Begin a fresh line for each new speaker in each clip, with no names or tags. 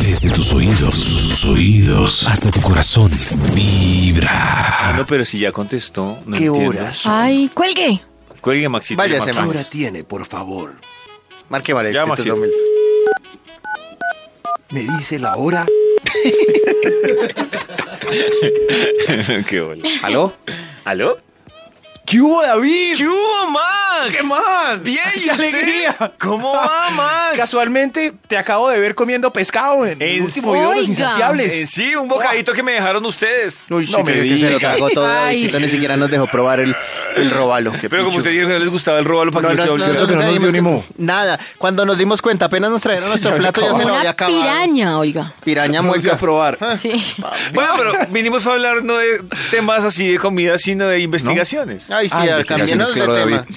Desde tus oídos, sus oídos, hasta tu corazón. Vibra.
No, pero si ya contestó, no
¿Qué
entiendo.
horas?
Ay, cuelgue.
Cuelgue, Maxito.
Váyase,
le
Max.
marcamos.
Ahora
tiene, por favor?
Marque vale.
Ya,
Instituto
Maxi.
Milf.
¿Me dice la hora?
Qué bola.
¿Aló?
¿Aló?
¿Qué hubo, David?
¿Qué hubo, Max?
¿Qué más?
Bien,
¡Ay,
¿y
¡Qué
usted?
alegría!
¿Cómo va, Max?
Casualmente te acabo de ver comiendo pescado en el
¿En
último video de los
Eh,
Oiga.
insaciables.
sí, un bocadito que me dejaron ustedes.
Uy, sí,
No me
creo que se lo
diga.
tragó todo.
Ay.
Davidcito, ni siquiera nos dejó probar el, el robalo. Qué
Pero como
pichu.
usted dijo que no les gustaba el róbalo para
No,
que usted
no, no,
volviera.
no,
¿Cierto que no
no,
nos
dimos
dio ni mo?
cu- Nada. Cuando nos dimos cuenta, apenas nos trajeron nuestro
había Ah.
plato, ya se lo había
Una
acabado.
piraña, oiga.
Piraña
Vamos
muerta.
a probar.
Sí.
Bueno, pero vinimos a hablar no de temas así de comida, sino de investigaciones.
Ay, sí,
Ah,
ah,
investigaciones,
cambiemos de
claro,
tema.
David.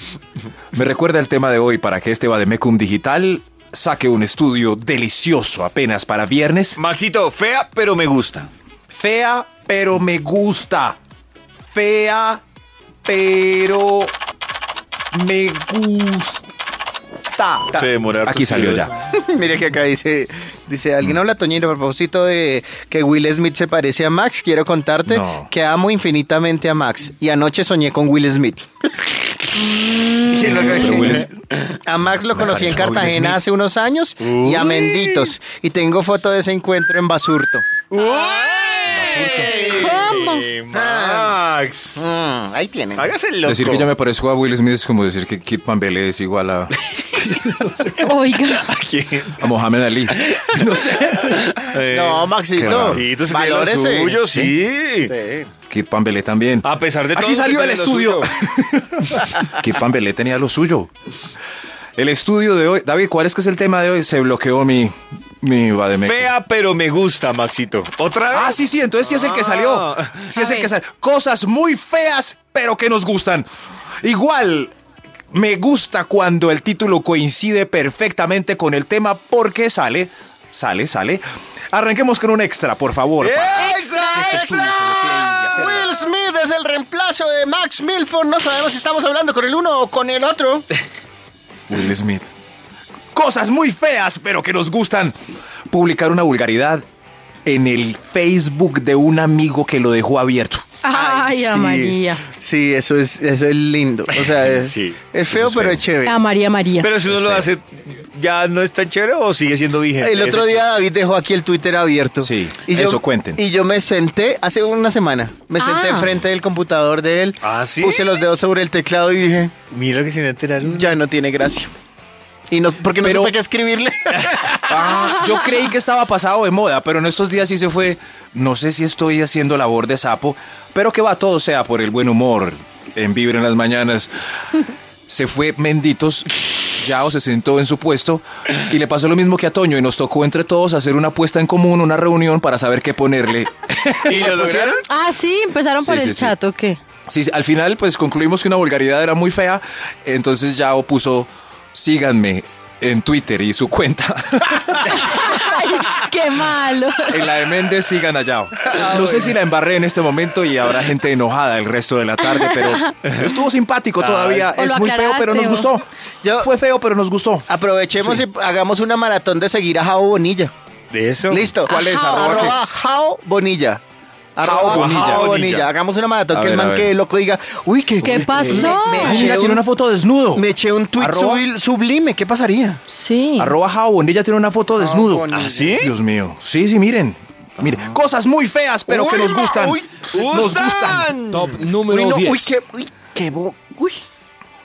Me recuerda el tema de hoy para que este Bademecum Digital saque un estudio delicioso apenas para viernes.
Maxito, fea, pero me gusta.
Fea, pero me gusta. Fea, pero me gusta.
Se demora.
Aquí salió ya.
Mire que acá dice, dice,
Mm.
alguien habla Toñino a propósito de que Will Smith se parece a Max. Quiero contarte
No.
que amo infinitamente a Max. Y anoche soñé con Will Smith. ¿Quién lo conoce?
Mm. Pero Will
"Eh, a Max lo
Me
conocí en
pareció a Will
Cartagena
Smith.
hace unos años y a Menditos. Y tengo foto de ese encuentro en Basurto.
¿Cómo?
Max.
Mm, ahí tienen.
Hágase el loco.
Decir que yo me parezco a Will Smith es como decir que Kid Pambele es igual a,
Oiga.
a Mohamed Ali. No sé.
Eh,
No,
qué
Maxito.
raro.
Sí, tú sí tienes lo
valórese.
suyo, sí.
Sí.
Kid Pambele también.
A pesar de todo.
Aquí
usted
salió el
tiene lo
estudio.
suyo.
Kid Pambele tenía lo suyo. El estudio de hoy. David, ¿cuál es que es el tema de hoy? Se bloqueó mi, mi Bademecum.
Fea, pero me gusta, Maxito. ¿Otra vez?
Ah, sí, sí, entonces sí es el que salió.
Ah.
Sí es
A
el que
ver.
salió. Cosas muy feas, pero que nos gustan. Igual, me gusta cuando el título coincide perfectamente con el tema porque sale, sale, sale. Arranquemos con un extra, por favor. para
¡Extra,
que este estudio se lo quede y hacerlo.
Will Smith es el reemplazo de Max Milford. No sabemos si estamos hablando con el uno o con el otro.
Will Smith. Cosas muy feas, pero que nos gustan. Publicar una vulgaridad en el Facebook de un amigo que lo dejó abierto.
Ay, a
sí.
María.
Sí, eso es, eso es lindo. O sea, es,
Sí,
es feo,
eso es
pero
feo.
es chévere.
A María María.
Pero si uno lo hace, ¿ya no es tan chévere o sigue siendo vigente?
Este. Ah, El otro día David dejó aquí el Twitter abierto.
Sí, eso cuenten.
Y yo me senté hace una semana. Me senté
Ah.
enfrente del computador de él.
¿Ah, sí?
Puse los dedos sobre el teclado y dije,
Mira que se me enteraron.
ya no tiene gracia. Y no, porque no
Pero-
supe qué escribirle.
Ah, yo creí que estaba pasado de moda, pero en estos días sí se fue. No sé si estoy haciendo labor de sapo, pero que va todo sea por el buen humor en Vibra en las mañanas. Se fue Menditos, ya o se sentó en su puesto y le pasó lo mismo que a Toño y nos tocó entre todos hacer una apuesta en común, una reunión para saber qué ponerle.
¿Y lo lograron?
Ah, sí, empezaron por
Sí, sí,
el
sí.
chat, ¿o qué?
Sí, sí, al final pues concluimos que una vulgaridad era muy fea, entonces ya o puso síganme en Twitter y su cuenta.
Ay, qué malo.
En la de Méndez sigan allá. No sé si la embarré en este momento y habrá gente enojada el resto de la tarde, pero estuvo simpático todavía.
O lo
Es muy feo, pero nos
aclaraste, o-
gustó.
Yo- Ah.
Fue feo, pero nos gustó.
Aprovechemos
Sí.
y hagamos una maratón de seguir a Jao Bonilla.
De eso.
Listo.
¿Cuál es?
Arroba,
¿Arroba qué?
Jao Bonilla.
Jao Bonilla.
Jao
Bonilla.
Hagamos una maratón
A
que
ver,
el
a
man
ver.
que loco diga, uy, que
¿Qué pasó?
me
Ay,
eché
mira, tiene
un-
una foto desnudo.
Me eché un tweet
Arroba-
sublime, ¿qué pasaría?
Sí.
Arroba Jao Bonilla tiene una foto desnudo.
Bonilla.
¿Ah, sí?
Dios mío. Sí, sí, miren. Miren, cosas muy feas, pero que
Uy,
nos
ma-
gustan.
uy,
Nos gustan.
Top número
uy, no,
10.
uy, qué, uy, qué bo- uy.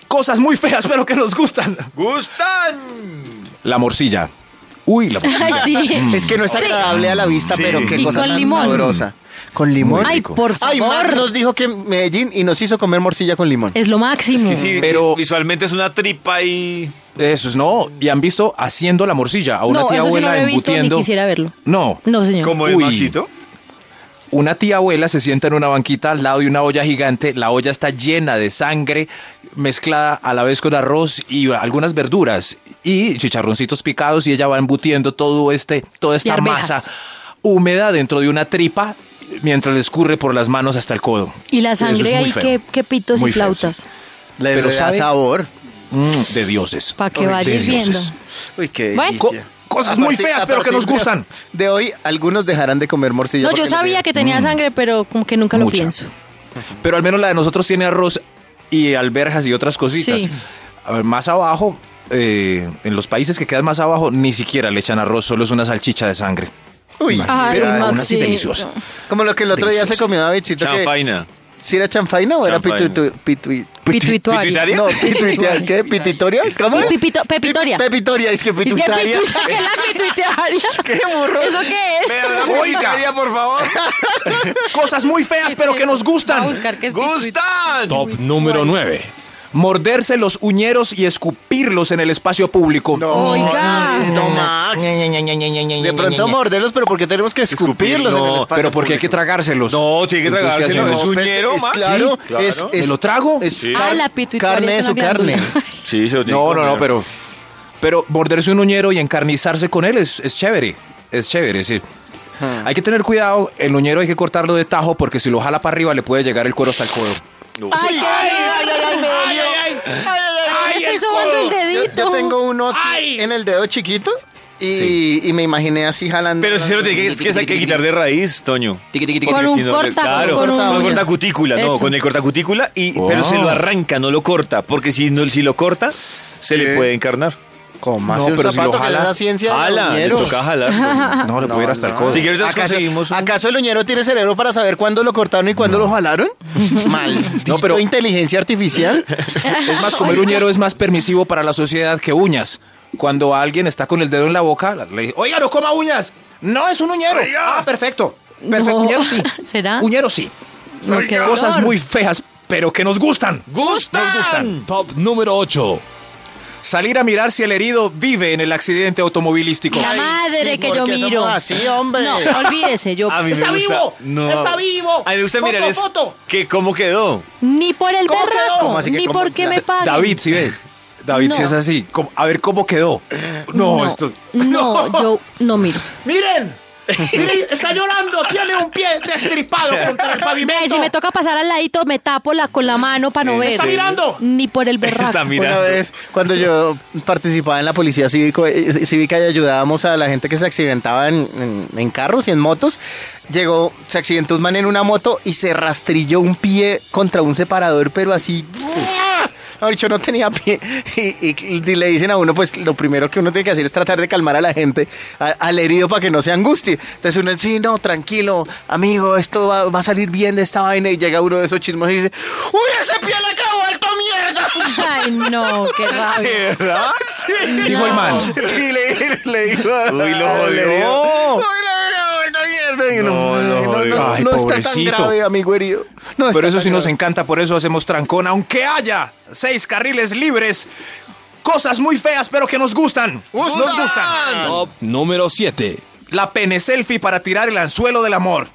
Cosas muy feas, pero que nos gustan.
¡Gustan!
La morcilla. Uy, la morcilla.
Ay, sí.
Mm.
Es que no es
Sí.
agradable a la vista,
Sí.
pero qué
Y
cosa
con
tan
limón.
sabrosa. Con limón.
Muy
Ay,
rico.
por
Ay, Max
favor. Eh,
nos dijo que en Medellín y nos hizo comer morcilla con limón.
Es lo máximo.
Que sí,
Pero-
visualmente es una tripa y...
Eso es, no. Y han visto haciendo la morcilla a una
No,
tía
eso sí
abuela
no lo he visto,
embutiendo.
ni quisiera verlo.
No.
No, señor.
¿Cómo es,
Uy.
Maxito?
Una tía abuela se sienta en una banquita al lado de una olla gigante. La olla está llena de sangre mezclada a la vez con arroz y algunas verduras y chicharroncitos picados y ella va embutiendo todo este, toda esta
arvejas.
masa húmeda dentro de una tripa mientras le escurre por las manos hasta el codo.
Y la
Eso es
sangre
muy
ahí,
feo.
qué, qué pitos
Muy
y
feo,
flautas.
sí.
Le
Pero
da
sabe-
sabor.
Mm, de dioses.
Para que
De
vayas viendo.
dioses.
Uy, qué
Bueno.
delicia.
Co- Cosas
A
muy
partir-
feas,
a
pero que
partir
nos
de-
gustan.
De hoy, algunos dejarán de comer morcilla.
No,
porque
yo
les
sabía
digan-
que
Mm.
tenía sangre, pero como que nunca lo
Mucha.
pienso.
Pero al menos la de nosotros tiene arroz y alberjas y otras cositas.
Sí.
A ver, más abajo, eh, en los países que quedan más abajo, ni siquiera le echan arroz, solo es una salchicha de sangre.
Uy,
Ay,
pero aún
Maxi,
así deliciosa.
no.
como lo que el otro día se
Delicioso.
comió David Que,
Chanfaina.
¿Si era chanfaina o era
Chanfaina.
pituitu- pitui-
Pituitaria.
¿Pituitaria?
No, pituitear, ¿qué? ¿Pititoria? ¿Cómo?
Y
es?
pipito- pepitoria.
Pi- Pepitoria, es que
Es que
pituitaria.
pitu- que la pituitaria.
¡Qué burro!
¿Eso qué es?
Oiga.
Oiga, por favor.
Cosas muy feas, pero que nos
Va a
gustan.
buscar qué es pituitaria.
¡Gustan!
Top número 9.
Morderse los uñeros y escupirlos en el espacio público.
Oiga.
No, Max. De pronto morderlos, pero ¿por qué tenemos que escupirlos en el
no,
espacio
Pero porque hay que
público?
tragárselos.
No, tiene que
Entonces, ¿qué
tragárselo.
hacemos?
Es un ñero,
Pues, es,
Max.
Claro,
Sí, claro.
Es, es-
¿Me lo trago?
es
Sí.
Ah,
car-
la pituitaria
Carne
es
de su
una
carne.
glándula.
Sí, se lo tiene
No,
que
no, no,
comer.
pero, pero morderse un uñero y encarnizarse con él es, es chévere. Es chévere, sí. Hay que tener cuidado, el uñero hay que cortarlo de tajo porque si lo jala para arriba le puede llegar el cuero hasta el codo.
Ay, ay, ay, Ah, me estoy sobando el
Yo,
dedito.
yo tengo uno aquí en el dedo chiquito y, y me imaginé así jalando.
Pero si se lo tiene que, es que, hay que quitar de raíz, Toño.
Con
Porque
un
si no,
corta-
claro,
con
con
un-
el cortacutícula,
Eso.
no, con el cortacutícula y pero se lo arranca, no lo corta, porque si no si lo corta se le puede encarnar.
Como más
No,
de un
pero si
zapato
lo
que es
jala-
la ciencia del
Jala, le
uñero.
toca jalar.
No, le puede ir hasta el codo.
Si quieres nos
¿Acaso,
conseguimos un-
¿Acaso el uñero tiene cerebro para saber cuándo lo cortaron y cuándo lo jalaron? Mal. No, pero
pero-
inteligencia artificial.
Es más, comer uñero es más permisivo para la sociedad que uñas. Cuando alguien está con el dedo en la boca, le dice, oiga, no coma uñas. No, es un uñero. Ah, perfecto. Perfecto,
No.
uñero sí.
¿Será?
Uñero sí.
No, qué
Cosas
dolor.
muy feas, pero que nos gustan. Nos gustan.
Top número 8.
Salir a mirar si el herido vive en el accidente automovilístico.
La madre
sí,
que
¿por
yo
qué somos
miro.
así, hombre?
No, olvídese, yo.
A mí me gusta- no. A mí me gusta mirar es que cómo quedó.
Ni por el
¿Cómo quedó? ¿Cómo
berraco,
así que
ni
cómo?
porque me
Da-
paguen.
David, sí ve. David, si
No.
es así. ¿Cómo? A ver cómo quedó. No, esto.
No, yo no miro.
Miren, miren, está llorando, tiene un pie destripado contra el
Vea, y
pavimento.
si me toca pasar al ladito, me tapo la, con la mano para no ver.
está mirando.
Ni por el berraco.
Está
Una
mirando.
vez, cuando yo participaba en la policía cívico, eh, cívica y ayudábamos a la gente que se accidentaba en, en- en carros y en motos, llegó, se accidentó un man en una moto y se rastrilló un pie contra un separador, pero así... Ahorita no tenía pie y, y- y le dicen a uno, pues lo primero que uno tiene que hacer es tratar de calmar a la gente, a- al herido para que no se angustie. Entonces uno dice, sí, no, tranquilo, amigo, esto va, va a salir bien de esta vaina y llega uno de esos chismos y dice, ¡Uy, ese pie le quedó vuelto mierda!
Ay, no, qué rabia.
¿De ¿Verdad?
Dijo el man.
Sí, le, le dijo.
Uy, lo
al
jodió.
herido, "Uy, la- la- la mierda", y
No,
uno,
lo
"Ay, no,
jodió.
no,
Ay,
no está tan
pobrecito.
grave, amigo herido. No
Pero
está
eso
tan
sí nos
grave.
encanta, por eso hacemos trancón, aunque haya seis carriles libres. Cosas muy feas, pero que nos gustan. Nos gustan.
Top número 7.
La pene selfie para tirar el anzuelo del amor.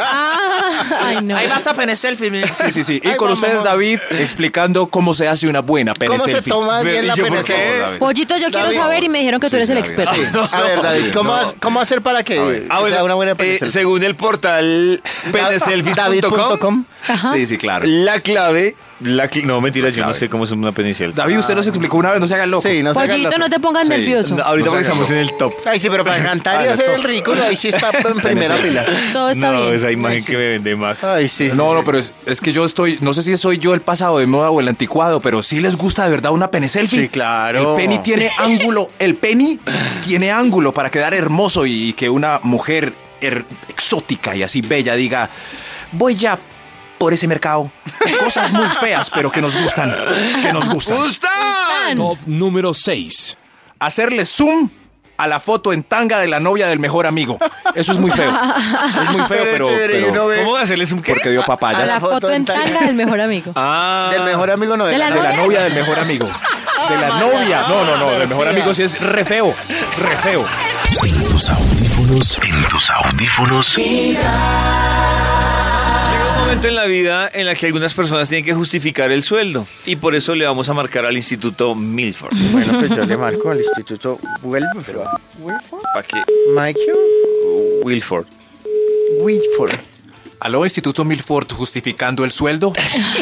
Ah, Ay, no.
a pene selfie. Sí, sí, sí. Y
Ay,
con
vamos.
ustedes, David, explicando cómo se hace una buena pene
¿Cómo se
selfie.
toma
Ve-
bien
¿y
la
yo por qué?
PNC?
David.
Pollito, yo quiero
David.
saber y me dijeron que
Sí,
tú eres el
David,
experto.
sí.
A ver, David, ¿cómo,
No.
has- ¿cómo hacer para que
Ah, bueno,
sea una buena
eh,
PNC?
según el portal peneselfies.com,
David.com.
Ajá.
Sí, sí, claro.
la clave, la cl- no mentira, yo no sé cómo es una peneselfie.
David, usted nos explicó una vez, no se haga loco.
Sí, no se haga
Pollito,
loco.
no te pongas
Sí.
nervioso.
No, ahorita porque
No se haga
estamos
loco.
en el top.
Ay, sí, pero para cantar y
Ah,
hacer
esto.
el ridículo, ahí sí está en primera pila.
Todo está
no,
bien.
esa imagen que me vende Max.
Ay, sí.
No, no, pero es, es que yo estoy, no sé si soy yo el pasado de moda o el anticuado, pero sí les gusta de verdad una pene selfie.
Sí, claro.
El penny tiene ángulo, el penny tiene ángulo para quedar hermoso y, que una mujer her- exótica y así bella diga, voy ya por ese mercado. Cosas muy feas, pero que nos gustan, que nos gustan.
Tan.
Top número 6.
Hacerle zoom a la foto en tanga de la novia del mejor amigo. Eso es muy feo. Es muy feo, pero, pero
¿Cómo hacerles un qué?
porque dio papaya.
A la foto en tanga del mejor amigo.
Ah,
Del mejor amigo no
De la
De la
novia.
novia del mejor amigo. De la novia. No, no, no. Del mejor amigo sí es re feo. Re feo.
En tus audífonos. En tus audífonos.
Llega un momento en la vida en la que algunas personas tienen que justificar el sueldo y por eso le vamos a marcar al Instituto Milford.
Bueno, pues yo le marco al instituto Wilford.
¿Para qué?
Michael
Wilford.
Wilford.
¿Aló, Instituto Milford, justificando el sueldo?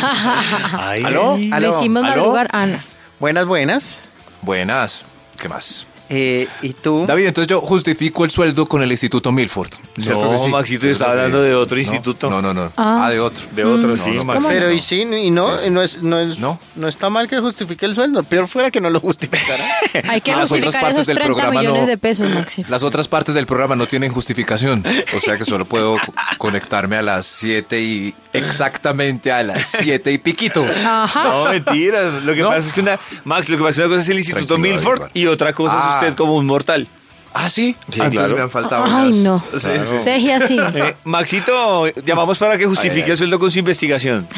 ¿Aló?
Le
Aló,
hicimos Ah,
aló.
madrugar a Ana.
Buenas, buenas.
Buenas. ¿Qué más?
Eh, ¿Y tú?
David, entonces yo justifico el sueldo con el Instituto Milford. ¿Cierto
No,
que sí?
Maxito, yo estaba
¿Cierto que-
hablando de otro
No,
instituto.
No, no, no.
Ah.
Ah, de otro.
De otro,
Mm,
sí,
no, no,
Maxito.
Pero y sí, y no,
Sí, sí.
No, es, no, es-
No.
no está mal que justifique el sueldo. Peor fuera que no lo justificara.
Hay que
Ah, las otras
justificar esos
partes del
30
programa
millones
no.
de pesos, Maxi.
Las otras partes del programa no tienen justificación. O sea que solo puedo co- conectarme a las 7 y exactamente a las 7 y piquito.
Ajá.
No, mentira. Lo que
¿No?
pasa es que una. Max, lo que pasa es que una cosa es el Instituto
Tranquilo,
Milford
David,
y otra cosa
Ah.
es usted como un mortal.
Ah, sí.
Sí,
Antes
claro.
me han faltado.
Ay,
unas.
no.
Sí, sí, sí.
Deje así.
Eh, Maxito, llamamos para que justifique el sueldo con su investigación.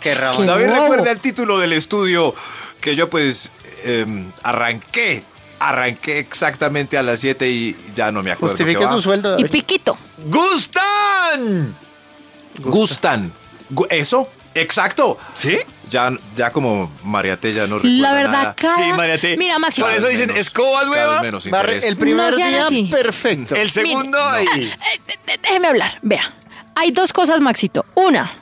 Qué raro.
Qué
David
Wow.
recuerda el título del estudio que yo pues em, arranqué. Arranqué exactamente a las 7 y ya no me acuerdo. qué
Justifique
Pues va.
su sueldo.
Y
David.
Piquito.
¡Gustan!
Gustan. Gu- Eso, exacto.
¿Sí?
Ya, ya como Mariate ya no recuerda
La verdad,
nada.
cada...
Sí, Mariate.
Mira, Maxi.
Por eso
Cada vez
dicen
menos-
escoba
cada vez
nueva.
menos
Barre-
interés.
el primer
No sean
día,
así.
perfecto.
El segundo ahí.
Eh, de- de- déjeme hablar. Vea, hay dos cosas, Maxito. Una,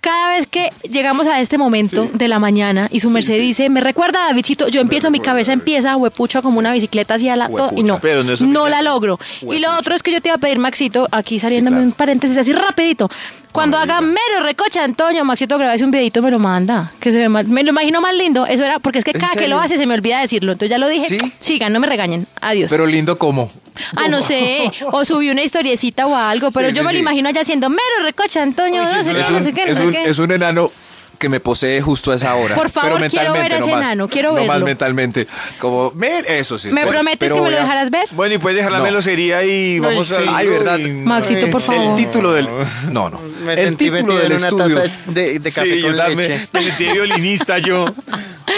cada vez que llegamos a este momento de la mañana y su merced dice, me recuerda Davidcito, yo empiezo, mi cabeza empieza, huepucha, como una bicicleta hacia la... to- y no,
Huepucha.
Pero no es
no
huepucha.
la logro. Y lo otro es que yo te iba a pedir, Maxito, aquí saliéndome un paréntesis así rapidito. Cuando haga mero recocha, Antonio, Maxito, grabes un videito, me lo manda, que se ve mal. Me lo imagino más lindo. Eso era, porque es que
¿En
cada que lo
serio?
hace se me olvida decirlo. Entonces ya lo dije,
¿Sí?
sigan, no me regañen. Adiós.
Pero lindo como.
Ah, no sé. O subí una historiecita o algo, pero
Sí,
yo
sí,
me lo
sí.
imagino ya haciendo mero recocha, Antonio, no sé qué,
Es
no
un,
sé qué, no
es
sé
un-
qué.
es un enano que me posee justo a esa hora.
Por favor,
pero
quiero
mentalmente,
ver a ese
no más.
enano, quiero
No más
verlo.
mentalmente. Como, "Mer", eso sí.
¿Me
Bueno,
prometes
pero
que me
voy
lo
a-
dejarás ver?
Bueno, y puedes dejar la
No.
melosería y
No,
vamos
sí.
a.
Ay, verdad.
y-
Maxito, por
El
favor.
título del. No, no.
Me
el
sentí
título
metido
del
en una
estudio.
taza de, de café
Sí, yo
con
también.
leche.
Me sentí violinista yo.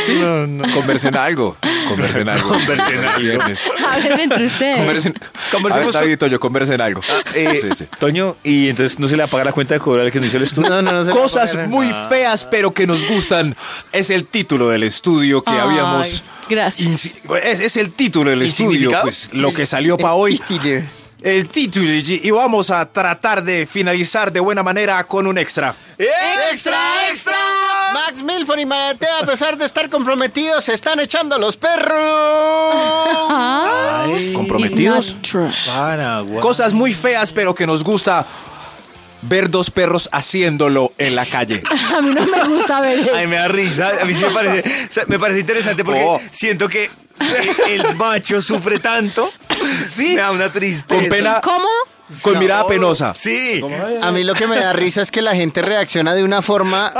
Sí. No, no.
Conversen algo. Conversen algo.
Conversen algo.
Viernes.
Hablen entre ustedes.
Conversen.
Conversemos
A ver,
so-
David, Toño, conversen algo.
Ah,
Eh,
Sí, sí.
Toño, y entonces no se le apaga la cuenta de cobrar que no hizo el estudio.
No, no, no se la
Cosas
pongan.
muy
Ah.
feas, pero que nos gustan. Es el título del estudio que
Ay,
habíamos.
Gracias.
Insi- Es, es el título del
¿Y
estudio,
significado?
pues lo que salió para hoy.
Títere.
El título, y y vamos a tratar de finalizar de buena manera con un extra.
¡Eh! ¡Extra, extra!
Max Milford y Maratea, a pesar de estar comprometidos, se están echando los perros.
Ah,
Comprometidos.
it's not true.
Cosas muy feas, pero que nos gusta ver dos perros haciéndolo en la calle.
A mí no me gusta ver eso.
Ay, me da risa. A mí sí me parece, o sea, me parece interesante porque
Oh.
siento que el macho sufre tanto.
Sí.
Me da una tristeza.
Con pena,
¿Cómo?
con mirada penosa.
Sí.
A mí lo que me da risa es que la gente reacciona de una forma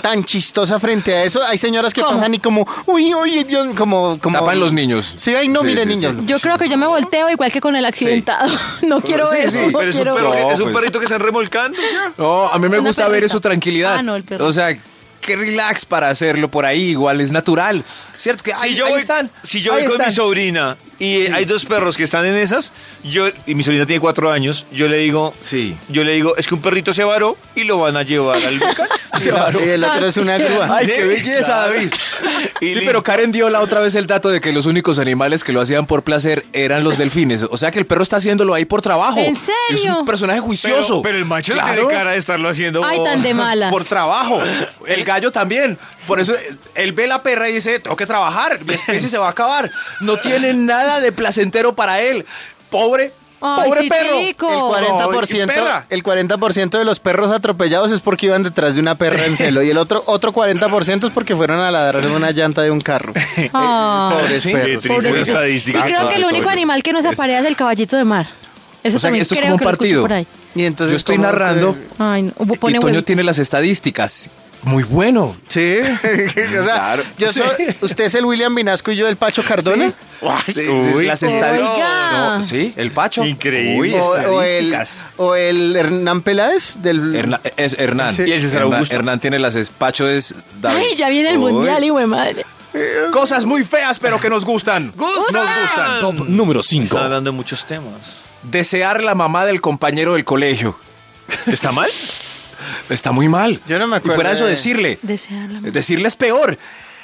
tan chistosa frente a eso. Hay señoras que
¿Cómo?
pasan y como, uy, uy, Dios, como, como...
Tapan los niños.
Sí, ay, no,
Sí,
mire,
sí,
niño.
sí.
Yo creo que yo me volteo igual que con el accidentado. No quiero
Sí,
ver eso.
sí,
no
Pero es un,
quiero
perro
ver.
que- es
No,
un
pues.
perrito que están remolcando.
No, Oh, a mí me
Una
gusta ver
perrita.
eso tranquilidad.
Ah, no, el perro.
O sea, qué relax para hacerlo por ahí, igual es natural. ¿Cierto? Que ahí,
si yo
ahí
voy,
están.
si yo
ahí
voy con
están.
mi sobrina y eh, hay dos perros que están en esas, yo y mi sobrina tiene cuatro años, yo le digo,
Sí.
yo le digo, es que un perrito se varó y lo van a llevar al bucal.
Y la- y el otro es una grúa.
Ay, qué belleza, David.
Y
sí,
listo.
pero Karen dio la otra vez el dato de que los únicos animales que lo hacían por placer eran los delfines. O sea que el perro está haciéndolo ahí por trabajo.
¿En serio?
Es un personaje
Pero,
juicioso.
pero el macho
Claro,
tiene cara de estarlo haciendo.
Ay, tan de malas.
Por trabajo. El gallo también. Por eso eh, él ve la perra y dice, tengo que trabajar, mi especie se va a acabar. No tiene nada de placentero para él. Pobre,
Ay,
pobre
sí,
perro.
tico.
El
No, y perra.
40%, el 40 de los perros atropellados es porque iban detrás de una perra en celo y el otro otro 40% es porque fueron a ladrarle una llanta de un carro.
Ah,
Pobres
sí,
Qué
perros.
triste
pobrecito.
estadística.
Y creo que el
Ah,
único
claro.
animal que no se
Es-
aparea es el caballito de mar. Eso
O sea, que
también
esto es
creo
como un
que lo escuché
partido.
por ahí.
Y entonces,
Yo estoy
¿cómo se-
narrando
Ay, no,
y-
pone
y Toño
huevitos.
tiene las estadísticas. Muy bueno.
Sí, o sea,
Claro.
yo soy, usted es el William Vinasco y yo el Pacho Cardona.
Sí, sí,
Uy.
las estadísticas.
Oiga.
sí, el Pacho.
Increíble.
Uy,
O, o el,
estadísticas.
o el Hernán Peláez del
Herna- es Hernán.
Sí.
Y el César
Hernán-
Augusto.
Hernán tiene las es- Pacho es David.
Ay, ya viene el
Uy.
mundial, hijo de madre.
Cosas muy feas, pero que nos gustan. Nos gustan.
Top número 5.
Están hablando de muchos temas.
Desear la mamá del compañero del colegio.
¿Está mal?
Está muy mal.
Yo no me
Y
acuerdo
fuera eso,
de-
decirle.
Desearla.
Decirle es peor.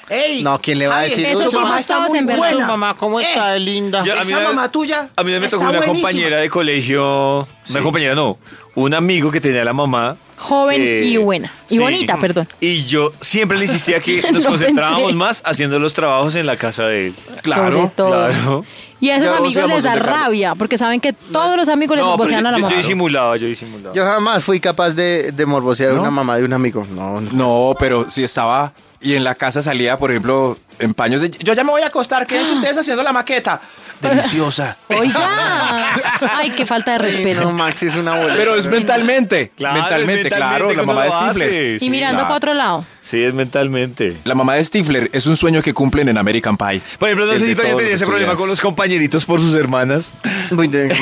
¡Ey!
No, ¿quién le va a decir
eso
eso?
somos todos en verdad.
Su mamá, ¿cómo está,
Ah,
linda?
Yo- a mí me-
tuya.
A mí me tocó
está
una
buenísima.
compañera de colegio, una compañera no, un amigo que tenía la mamá
joven
Eh,
y buena. Y
sí.
bonita, perdón.
Y yo siempre le insistía que
No
nos concentrábamos
pensé.
más haciendo los trabajos en la casa de él.
sobre
Claro.
todo.
claro.
Y a esos
Ya, o sea,
amigos
vamos
les
a
da
sacar-
rabia, porque saben que todos los amigos les
No, pero
bocean a
yo,
la
yo- yo
mamá.
disimulaba, yo disimulaba.
Yo jamás fui capaz de, de morbosear a una mamá de un amigo. No, no.
No, pero si estaba y en la casa salía, por ejemplo, en paños de... Yo ya me voy a acostar, quédense ustedes haciendo la maqueta. Deliciosa.
Ah. Oiga, ay, qué falta de respeto.
No, Maxi es una bola.
Pero es mentalmente.
Claro, es
mentalmente, claro.
mentalmente
La
que uno
mamá de
lo hace,
Stifler.
y
sí,
mirando
claro.
para otro lado.
Sí, es mentalmente.
La mamá de Stifler es un sueño que cumplen en American Pie.
Por ejemplo, no
El
sé
de
si todavía
todos
tenía
los
ese problema con los
estudiantes.
compañeritos por sus hermanas.
Uy, de-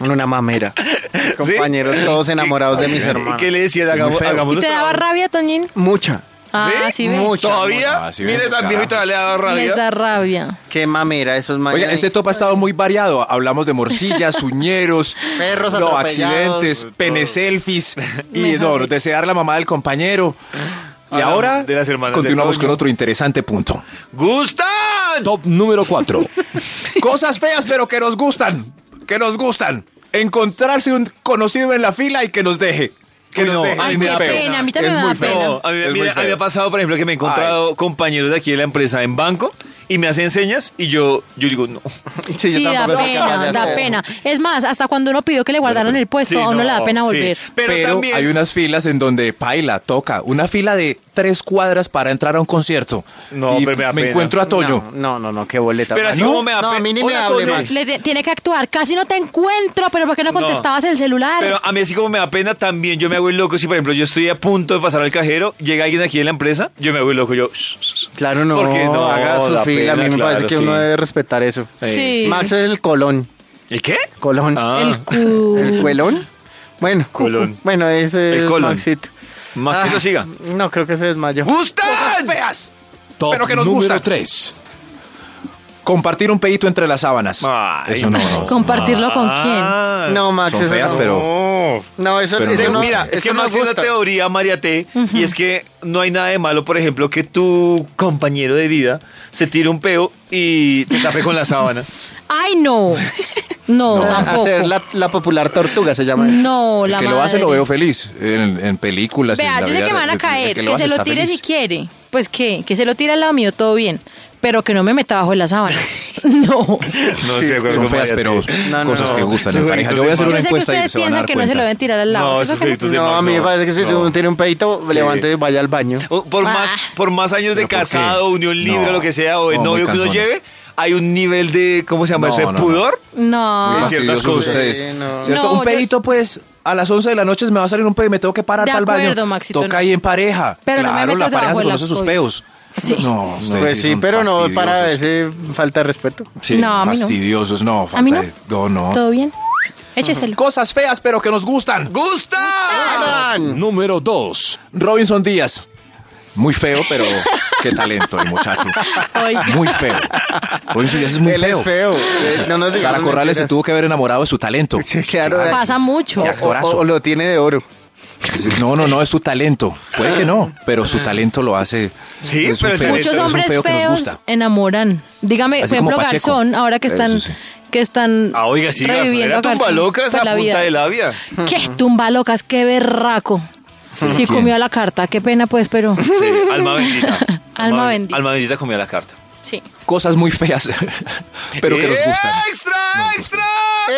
Una mamera. Compañeros todos enamorados de
¿Y-
mis
y-
hermanos.
¿Qué le decían?
Es muy
Hagamos,
feo.
hagamos
¿Y
los
te daba
trabajos.
rabia, Toñín?
Mucha.
Ah, sí, ve.
Mucha.
¿Todavía?
Ah, sí,
Mire,
ven,
tan viejo y
carajo.
todavía le daba
Les
rabia.
da rabia.
Qué mamera esos manes.
Oiga, este top ha estado muy variado. Hablamos de morcillas, uñeros,
Perros
no,
atropellados,
accidentes, pene selfies y
Mejor
no,
dicho.
desear la mamá del compañero. Y
Hablamos
ahora
de las hermanas
continuamos
del
con
Toño.
otro interesante punto.
¡Gustan!
Top número 4.
Cosas feas pero que nos gustan, que nos gustan. Encontrarse un conocido en la fila y que nos deje. Que
Uy,
nos
no.
deje.
Ay,
Es muy
qué
feo.
pena, a mí
Es
también me
muy
da
feo.
pena.
No, a mí
Es muy
mira,
feo.
había pasado, por ejemplo, que me he encontrado compañeros de aquí de la empresa en banco y me hacen señas y yo, yo digo, no.
yo
Sí, da
tampoco soy capaz de
pena, da
hacer.
pena. Es más, hasta cuando uno pidió que le guardaran el puesto,
Sí,
a uno le da pena
sí.
volver.
Pero,
Pero,
también,
hay unas filas en donde paila, toca, una fila de tres cuadras para entrar a un concierto.
No,
Y
pero me da pena.
encuentro a Toño.
No, no, no, no, qué boleta.
Pero así
¿No?
como me da
No, a
pena.
mí ni me
Una
hable
cosa
más.
es-
Le te- tiene que actuar. Casi no te encuentro, pero ¿por qué no
No.
contestabas el celular?
Pero a mí así como me da pena, también yo me hago el loco. Si, por ejemplo, yo estoy a punto de pasar al cajero, llega alguien aquí de la empresa, yo me hago el loco. Yo, "Shh, shh, shh".
Claro, no,
Porque no,
haga su
da
fila. A mí
pena,
me parece
claro,
que
sí.
uno debe respetar eso.
Sí.
Max es el colón.
¿el qué?
Colón.
Ah.
el cu...
¿El cuelón? Bueno,
Colón.
bueno, ese
El
es
colón.
Maxito.
Más que
Ah,
lo siga.
No, creo que se desmayó.
¡Gustan!
Top
Pero que nos
número
gustan.
3.
Compartir un pedito entre las sábanas.
Ay,
Eso no, no.
¿Compartirlo con quién?
Ah,
No, Max,
Son
eso
feas,
no.
pero
No.
No, eso,
pero
eso
no
no.
me
Mira,
gusta.
es que
eso no
Max tiene una
gusta.
teoría, María T, y es que no hay nada de malo, por ejemplo, que tu compañero de vida se tire un peo y te tape con la sábana.
Ay, no. No,
Ah,
tampoco.
Hacer la, la popular tortuga se llama.
No,
el
la
que lo hace
madre.
lo veo feliz en, en películas. en
Vea,
la
yo sé
vida
que me van
real.
a
El
caer. Que,
lo hace
se lo
está
tire
feliz.
si quiere. Pues qué, que se lo tire al lado mío, todo bien. Pero que no me meta bajo las sábanas. No.
No
Sí,
sé,
es
güey,
Son
con
feas,
María
pero
T.
No, no,
cosas
no.
que gustan en
Esos
pareja.
jueguitos
Yo voy a hacer
Yo
una
sé que
encuesta y
ustedes
se van a
piensan
dar
que no se lo
cuenta.
deben tirar al lado.
No,
Eso es
esos
lo que-
jueguitos de
No, a mí me
no,
parece que si
no. Oh,
uno tiene un pedito, levante y vaya al baño.
O Por,
Ah.
más, por más años de
¿Pero por qué?
casado, unión libre,
No.
lo que sea, o de
No, muy
novio que uno
canzones.
lleve, hay un nivel de, ¿cómo se llama
No,
eso?
no,
De
no.
pudor.
No.
Muy
Ah,
fastidiosos
ciertas cosas.
ustedes.
Sí, no.
¿Cierto?
No,
un
yo-
pedito, pues, a las 11 de la noche me va a salir un pedo y me tengo que parar
De
para el baño.
acuerdo, Maxito,
Toca
no.
ahí en pareja.
Pero no me
claro,
metas
la pareja
debajo
se
de la
conoce sus
colla.
pedos.
Sí.
No, ustedes
pues sí,
son
pero no para
fastidiosos.
ese falta de respeto.
Sí,
No, a mí no.
fastidiosos, no.
¿A mí no?
falta de- no, no.
¿Todo bien? Écheselo.
Cosas feas, pero que nos gustan.
¡Gusta!
Número 2.
Robinson Díaz. Muy feo, pero qué talento el muchacho. Muy feo. Robinson Díaz es muy
Él
feo.
es feo. Eh, No nos
Sara
digamos
Corrales se
mentiras.
tuvo que haber enamorado de su talento.
Sí, claro.
Claro.
Pasa mucho.
Y
O,
actorazo.
o- o lo tiene de oro.
No, no, no, es su talento. Puede que no, pero
Ah.
su talento lo hace.
Sí,
es
pero
un
el
feo-
talento-
Muchos
este es un
hombres
feo que nos
feos
gusta.
enamoran. Dígame,
Así
por
como
ejemplo,
Pacheco.
Garzón, ahora que
Eso
están...
sí.
Que están
Ah, oiga, sí, Garzón,
reviviendo
era
a Garzón.
tumbalocas
Pues
a
la
punta
vida.
de labia.
¿Qué? Tumbalocas, qué berraco. Sí,
¿Quién?
comió a la carta, qué pena pues, pero...
Sí, alma bendita.
Alma bendita.
Alma bendita comió la carta.
Sí.
Cosas muy feas, pero que nos gustan.
¡Extra, extra!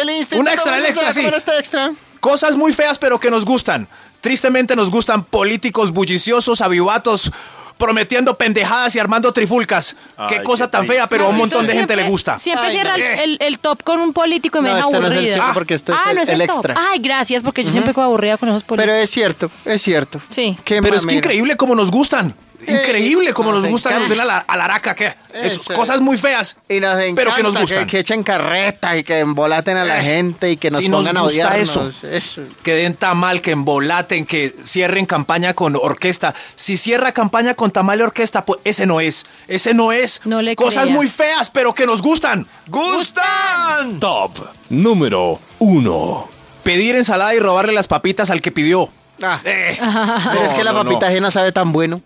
El
Un extra, el extra, sí.
Este extra.
Cosas muy feas, pero que nos gustan. Tristemente nos gustan políticos bulliciosos, avivatos, prometiendo pendejadas y armando trifulcas.
Ay,
qué cosa
qué
tan
triste.
fea, pero a un
Maxito
montón de gente
siempre-
le gusta.
Siempre
Ay,
cierra
no.
el, el- el top con un político y me
No,
deja
este no es el
aburrida.
cierre, porque este es
ah,
el-
no es
el
el, top.
extra.
Ay, gracias, porque yo siempre quedo aburrida con esos
Pero
políticos.
es cierto, es cierto.
Sí.
Qué
Pero es que
mamera.
increíble cómo nos gustan.
Eh,
Increíble cómo
nos
nos gusta que nos den a la, a la araca. ¿qué? Es-
Eso.
cosas muy feas,
Y nos encanta
pero que nos gustan.
Que, echen carreta y que embolaten a la
Eh,
gente y que nos
sí nos
pongan a
gusta
odiarnos.
eso.
eso.
que den tamal, que embolaten, que cierren campaña con orquesta. Si cierra campaña con tamal y orquesta, pues ese no es. Ese no es.
No le
Cosas
crea.
muy feas, pero que nos gustan.
¡Gustan!
Top número 1.
Pedir ensalada y robarle las papitas al que pidió.
Ah,
No,
pero es que la
Eh, no, no.
papita ajena sabe tan bueno.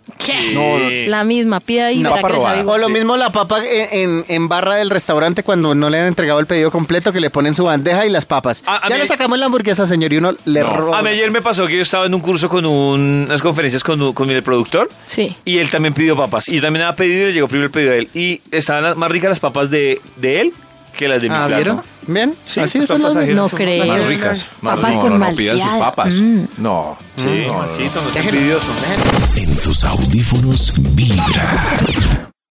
No, no.
La misma, pida ahí
No.
para
Papa
que les
robada.
averigüe.
O lo mismo la papa en, en- en barra del restaurante cuando no le han entregado el pedido completo, que le ponen su bandeja y las papas.
A- a
ya
mí-
le sacamos la hamburguesa, señor, y uno le
Ah, No. Ah,
roba.
A mí ayer me pasó que yo estaba en un curso con un- unas conferencias con, un- con el productor.
Sí.
Y él también pidió papas. Y yo también había pedido y le llegó primero el pedido de él. Y estaban las- más ricas las papas de, de él que las de mi
Ah,
plato.
¿vieron? ¿Bien?
Sí,
Así
pues,
son
papas
las-
ajenas.
No
Son
creo.
Más ricas. Más
papas
no,
con
no, no, pidan sus
malteada.
papas.
Mm.
No.
Sí,
no, no, no.
Maxito, no seas envidioso.
En tus audífonos vibra.